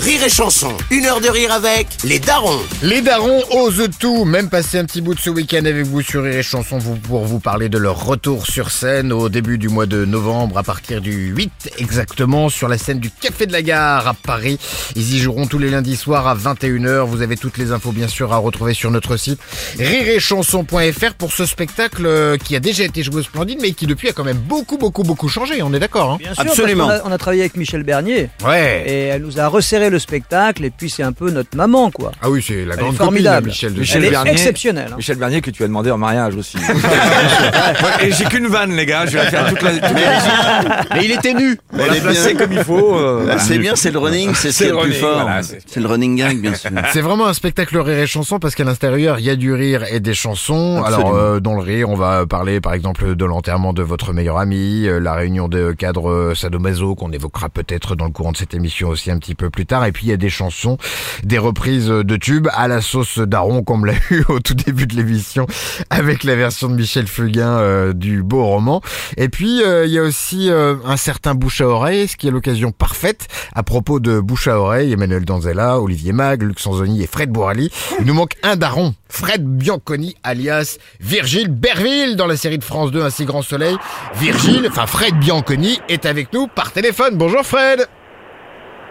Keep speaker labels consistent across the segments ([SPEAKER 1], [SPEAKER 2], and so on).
[SPEAKER 1] Rire et Chanson, une heure de rire avec les darons.
[SPEAKER 2] Les darons osent tout, même passer un petit bout de ce week-end avec vous sur Rire et Chanson vous- pour vous parler de leur retour sur scène au début du mois de novembre, à partir du 8 exactement, sur la scène du Café de la Gare à Paris. Ils y joueront tous les lundis soirs à 21h. Vous avez toutes les infos bien sûr à retrouver sur notre site rireetchanson.fr pour ce spectacle euh, qui a déjà été joué au Splendide mais qui depuis a quand même beaucoup beaucoup beaucoup changé, on est d'accord hein
[SPEAKER 3] Bien sûr,
[SPEAKER 4] Absolument.
[SPEAKER 3] parce qu'on a- on a travaillé avec Michel Bernier
[SPEAKER 2] Ouais
[SPEAKER 3] et elle nous a resserré le spectacle et puis c'est un peu notre maman quoi.
[SPEAKER 2] Ah oui, c'est la
[SPEAKER 3] Elle est
[SPEAKER 2] grande
[SPEAKER 3] formidable.
[SPEAKER 2] copine Michel de
[SPEAKER 4] Michel
[SPEAKER 3] elle est
[SPEAKER 4] Bernier.
[SPEAKER 3] exceptionnelle. hein.
[SPEAKER 4] Michel Bernier que tu as demandé en mariage aussi. Ouais, et j'ai qu'une vanne les gars, je vais la faire toute la toute la
[SPEAKER 5] Mais il était nu.
[SPEAKER 4] On l'a placée comme il faut. euh, voilà.
[SPEAKER 5] Ah, C'est bien, c'est le running, c'est ce
[SPEAKER 4] C'est
[SPEAKER 5] qui est
[SPEAKER 4] le
[SPEAKER 5] le plus
[SPEAKER 4] running,
[SPEAKER 5] fort.
[SPEAKER 4] voilà, c'est-
[SPEAKER 5] c'est le running gag, bien sûr.
[SPEAKER 2] C'est vraiment un spectacle rire et chanson parce qu'à l'intérieur, il y a du rire et des chansons.
[SPEAKER 5] Absolument.
[SPEAKER 2] Alors, euh, dans le rire, on va parler par exemple de l'enterrement de votre meilleur ami, euh, la réunion de cadres euh, sadomaso qu'on évoquera peut-être dans le courant de cette émission aussi un petit peu plus tard. Et puis, il y a des chansons, des reprises de tubes à la sauce daron comme l'a eu au tout début de l'émission avec la version de Michel Fugain euh, du beau roman. Et puis, euh, il y a aussi euh, un certain bouche à oreille, ce qui est l'occasion parfaite à propos de bouche à oreille, Emmanuel Danzella, Olivier Mag, Luc Sanzoni et Fred Bourali. Il nous manque un daron, Fred Bianconi, alias Virgile Berville, dans la série de France 2, Ainsi Grand Soleil. Virgile, enfin Fred Bianconi, est avec nous par téléphone. Bonjour Fred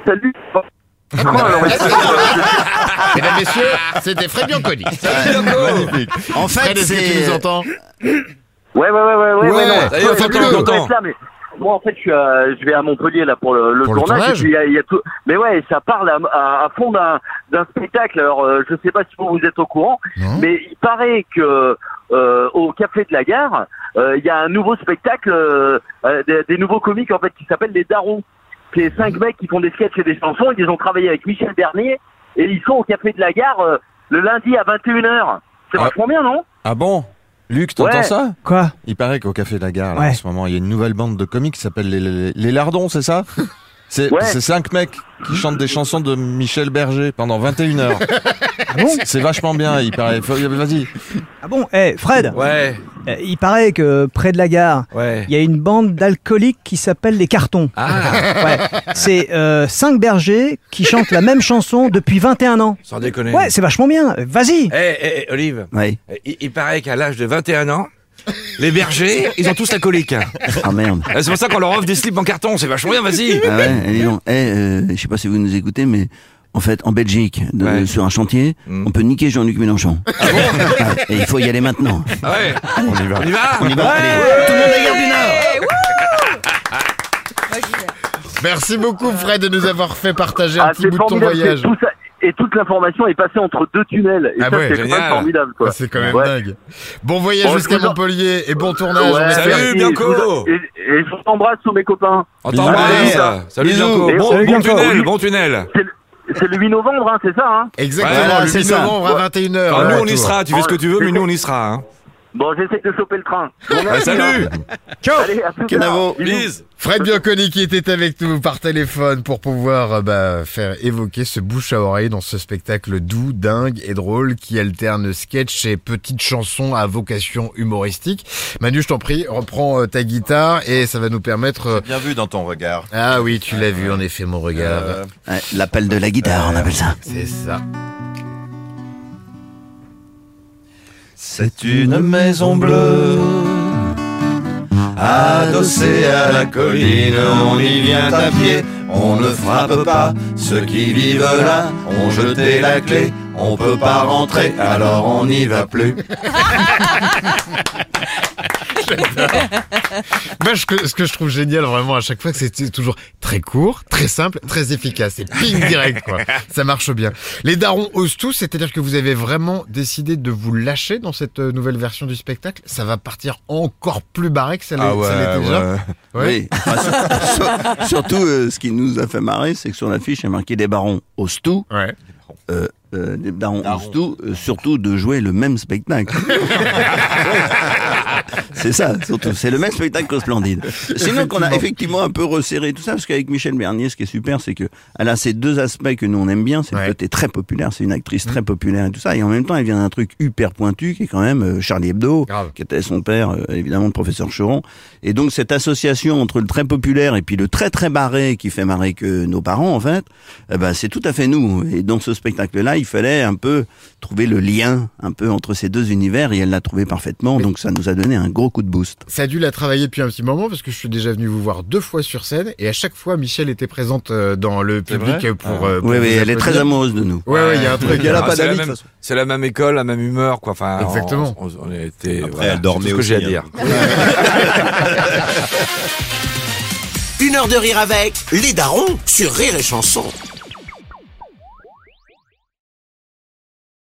[SPEAKER 6] Salut.
[SPEAKER 2] Ah, Mesdames, messieurs, c'était Fred Bianconi.
[SPEAKER 5] En fait,
[SPEAKER 2] Fred, est-ce que tu
[SPEAKER 5] c'est
[SPEAKER 2] nous entends
[SPEAKER 6] Ouais, ouais, ouais, ouais, ouais, ouais, non.
[SPEAKER 4] D'ailleurs,
[SPEAKER 2] Ouais,
[SPEAKER 4] faut
[SPEAKER 2] fabuleux.
[SPEAKER 4] plus
[SPEAKER 6] Je vais
[SPEAKER 4] longtemps.
[SPEAKER 6] être là, mais moi, en fait, je, suis à- je vais à Montpellier là pour le, le
[SPEAKER 2] Pour le
[SPEAKER 6] tournage.
[SPEAKER 2] tournage.
[SPEAKER 6] et puis, il y a- il y a tout- Mais ouais, ça parle à, à- à fond d'un d'un spectacle. Alors, euh, je sais pas si vous, vous êtes au courant,
[SPEAKER 2] Non.
[SPEAKER 6] mais il paraît que euh, au Café de la Gare, euh, il y a un nouveau spectacle, euh, euh, des, des nouveaux comiques en fait, qui s'appellent les Darons. C'est cinq
[SPEAKER 2] Mm-hmm.
[SPEAKER 6] mecs qui font des sketchs et des chansons. Ils les ont travaillé avec Michel Bernier et ils sont au Café de la Gare euh, le lundi à 21h. C'est
[SPEAKER 4] Ah.
[SPEAKER 6] vachement bien, non
[SPEAKER 4] Ah bon Luc, t'entends
[SPEAKER 6] Ouais.
[SPEAKER 4] ça
[SPEAKER 3] Quoi
[SPEAKER 4] Il paraît qu'au café de la gare là,
[SPEAKER 3] Ouais.
[SPEAKER 4] en ce moment, il y a une nouvelle bande de comiques qui s'appelle les, les- les Lardons, c'est ça c'est
[SPEAKER 6] Ouais.
[SPEAKER 4] c'est cinq mecs qui chantent des chansons de Michel Berger pendant 21 heures. c'est vachement bien, il paraît. Faut- Vas-y.
[SPEAKER 3] Ah bon Eh Fred,
[SPEAKER 4] Ouais,
[SPEAKER 3] euh, il paraît que près de la gare,
[SPEAKER 4] ouais.
[SPEAKER 3] il y a une bande d'alcooliques qui s'appelle les cartons.
[SPEAKER 4] Ah,
[SPEAKER 3] Ouais. C'est euh, cinq bergers qui chantent la même chanson depuis 21 ans.
[SPEAKER 4] sans déconner.
[SPEAKER 3] Ouais, c'est vachement bien. Vas-y.
[SPEAKER 4] Eh, eh, eh, Olive,
[SPEAKER 5] Ouais.
[SPEAKER 4] Il, il paraît qu'à l'âge de 21 ans, les bergers, ils ont tous la colique.
[SPEAKER 5] Ah merde.
[SPEAKER 4] Euh, C'est pour ça qu'on leur offre des slips en carton, c'est vachement bien, vas-y.
[SPEAKER 5] Ah ouais, eh, dis donc. Eh, euh, je sais pas si vous nous écoutez, mais en fait, en Belgique, de-
[SPEAKER 4] Ouais. Mm.
[SPEAKER 5] sur un chantier, on peut niquer Jean-Luc Mélenchon. Ah, et il faut y aller maintenant.
[SPEAKER 4] Ah ouais. On y va. On y va.
[SPEAKER 5] Tout le monde à Gare du Nord.
[SPEAKER 2] Merci beaucoup Fred de nous avoir fait partager un
[SPEAKER 6] Ah,
[SPEAKER 2] petit
[SPEAKER 6] c'est
[SPEAKER 2] bout de ton
[SPEAKER 6] formidable.
[SPEAKER 2] voyage.
[SPEAKER 6] c'est Tout ça, et toute l'information est passée entre deux tunnels. Et
[SPEAKER 2] Ah
[SPEAKER 6] ça,
[SPEAKER 2] ouais,
[SPEAKER 6] c'est quand
[SPEAKER 4] génial.
[SPEAKER 6] même formidable.
[SPEAKER 2] Ah,
[SPEAKER 6] Quoi.
[SPEAKER 2] C'est quand même
[SPEAKER 6] Ouais.
[SPEAKER 2] dingue. Bon voyage
[SPEAKER 6] Bon,
[SPEAKER 2] jusqu'à
[SPEAKER 6] je vous en-
[SPEAKER 2] Montpellier et bon tournage.
[SPEAKER 6] Ouais,
[SPEAKER 2] on espère.
[SPEAKER 4] Salut,
[SPEAKER 6] et
[SPEAKER 4] Bianco.
[SPEAKER 6] je vous- Et, et je vous embrasse tous mes copains.
[SPEAKER 4] On t'embrasse. Salut, Bianco.
[SPEAKER 6] Bisous.
[SPEAKER 4] Bon,
[SPEAKER 6] Salut,
[SPEAKER 4] bon
[SPEAKER 6] Bianco.
[SPEAKER 4] tunnel,
[SPEAKER 6] Oui.
[SPEAKER 4] bon tunnel.
[SPEAKER 6] C'est le, c'est le 8 novembre, hein, c'est ça hein
[SPEAKER 2] Exactement,
[SPEAKER 4] Voilà,
[SPEAKER 2] le
[SPEAKER 5] c'est
[SPEAKER 2] 8
[SPEAKER 5] ça.
[SPEAKER 2] novembre à 21h.
[SPEAKER 4] Alors,
[SPEAKER 2] le
[SPEAKER 4] nous, on y
[SPEAKER 2] retour.
[SPEAKER 4] sera. Tu fais ce que tu veux, mais nous, on y sera. hein.
[SPEAKER 6] Bon, j'essaie de choper le train. Bon,
[SPEAKER 4] Ouais, salut.
[SPEAKER 6] allez, à plus tard. Bisous.
[SPEAKER 4] Bisous.
[SPEAKER 2] Fred Bianconi qui était avec nous par téléphone pour pouvoir euh, bah, faire évoquer ce bouche à oreille dans ce spectacle doux, dingue et drôle qui alterne sketch et petites chansons à vocation humoristique. Manu, je t'en prie, reprends euh, ta guitare et ça va nous permettre... euh,
[SPEAKER 7] Bien vu dans ton regard.
[SPEAKER 2] Ah oui, tu l'as vu en effet, mon regard.
[SPEAKER 7] Euh,
[SPEAKER 5] Ouais, L'appel de la guitare, on appelle ça.
[SPEAKER 2] C'est ça.
[SPEAKER 7] C'est une maison bleue, adossée à la colline. On y vient à pied, on ne frappe pas. Ceux qui vivent là ont jeté la clé. On peut pas rentrer, alors on n'y va plus.
[SPEAKER 2] Moi, je- ce que je trouve génial vraiment à chaque fois, c'est que c'est toujours très court, très simple, très efficace. C'est ping direct, quoi. Ça marche bien. Les darons osent tout, c'est-à-dire que vous avez vraiment décidé de vous lâcher dans cette euh, nouvelle version du spectacle. Ça va partir encore plus barré que ça l'est ça l'est déjà. Ah Ouais.
[SPEAKER 5] Oui. Enfin, sur- sur- surtout, euh, ce qui nous a fait marrer, c'est que sur l'affiche, il y a marqué des barons au tout.
[SPEAKER 2] Ouais.
[SPEAKER 5] Euh, euh, des darons, Surtout, euh, surtout de jouer le même spectacle. c'est ça, surtout. C'est le même spectacle qu'au Splendide. Sinon, qu'on a effectivement un peu resserré tout ça, parce qu'avec Michel Bernier, ce qui est super, c'est que elle a ces deux aspects que nous on aime bien. C'est
[SPEAKER 2] Ouais.
[SPEAKER 5] le côté très populaire, c'est une actrice très populaire et tout ça. Et en même temps, elle vient d'un truc hyper pointu qui est quand même euh, Charlie Hebdo,
[SPEAKER 2] Grave.
[SPEAKER 5] qui était son père, euh, évidemment, le professeur Choron. Et donc, cette association entre le très populaire et puis le très très barré qui fait marrer que nos parents, en fait, eh ben, c'est tout à fait nous. Et dans ce spectacle-là, il fallait un peu trouver le lien un peu entre ces deux univers et elle l'a trouvé parfaitement. Donc, ça nous a donné un gros coup de boost.
[SPEAKER 2] Ça a dû la travailler depuis un petit moment parce que je suis déjà venu vous voir deux fois sur scène et à chaque fois Michel était présente euh, dans le
[SPEAKER 4] C'est
[SPEAKER 2] public
[SPEAKER 4] vrai
[SPEAKER 2] pour. euh, pour
[SPEAKER 5] Oui,
[SPEAKER 2] vous
[SPEAKER 5] oui, elle est très
[SPEAKER 2] applaudir.
[SPEAKER 5] amoureuse de nous.
[SPEAKER 2] Ouais, ouais, il y a un truc.
[SPEAKER 7] Elle a
[SPEAKER 8] Ah,
[SPEAKER 7] pas
[SPEAKER 8] c'est la
[SPEAKER 7] d'amis, de
[SPEAKER 8] même-
[SPEAKER 7] toute façon.
[SPEAKER 8] C'est la même école, la même humeur, quoi. Enfin, on-
[SPEAKER 2] Exactement.
[SPEAKER 8] On, on était.
[SPEAKER 7] Après,
[SPEAKER 8] voilà,
[SPEAKER 7] elle dormait
[SPEAKER 8] c'est tout
[SPEAKER 7] aussi,
[SPEAKER 8] ce que j'ai à dire.
[SPEAKER 7] hein.
[SPEAKER 1] Une heure de rire avec les darons sur Rire et Chanson.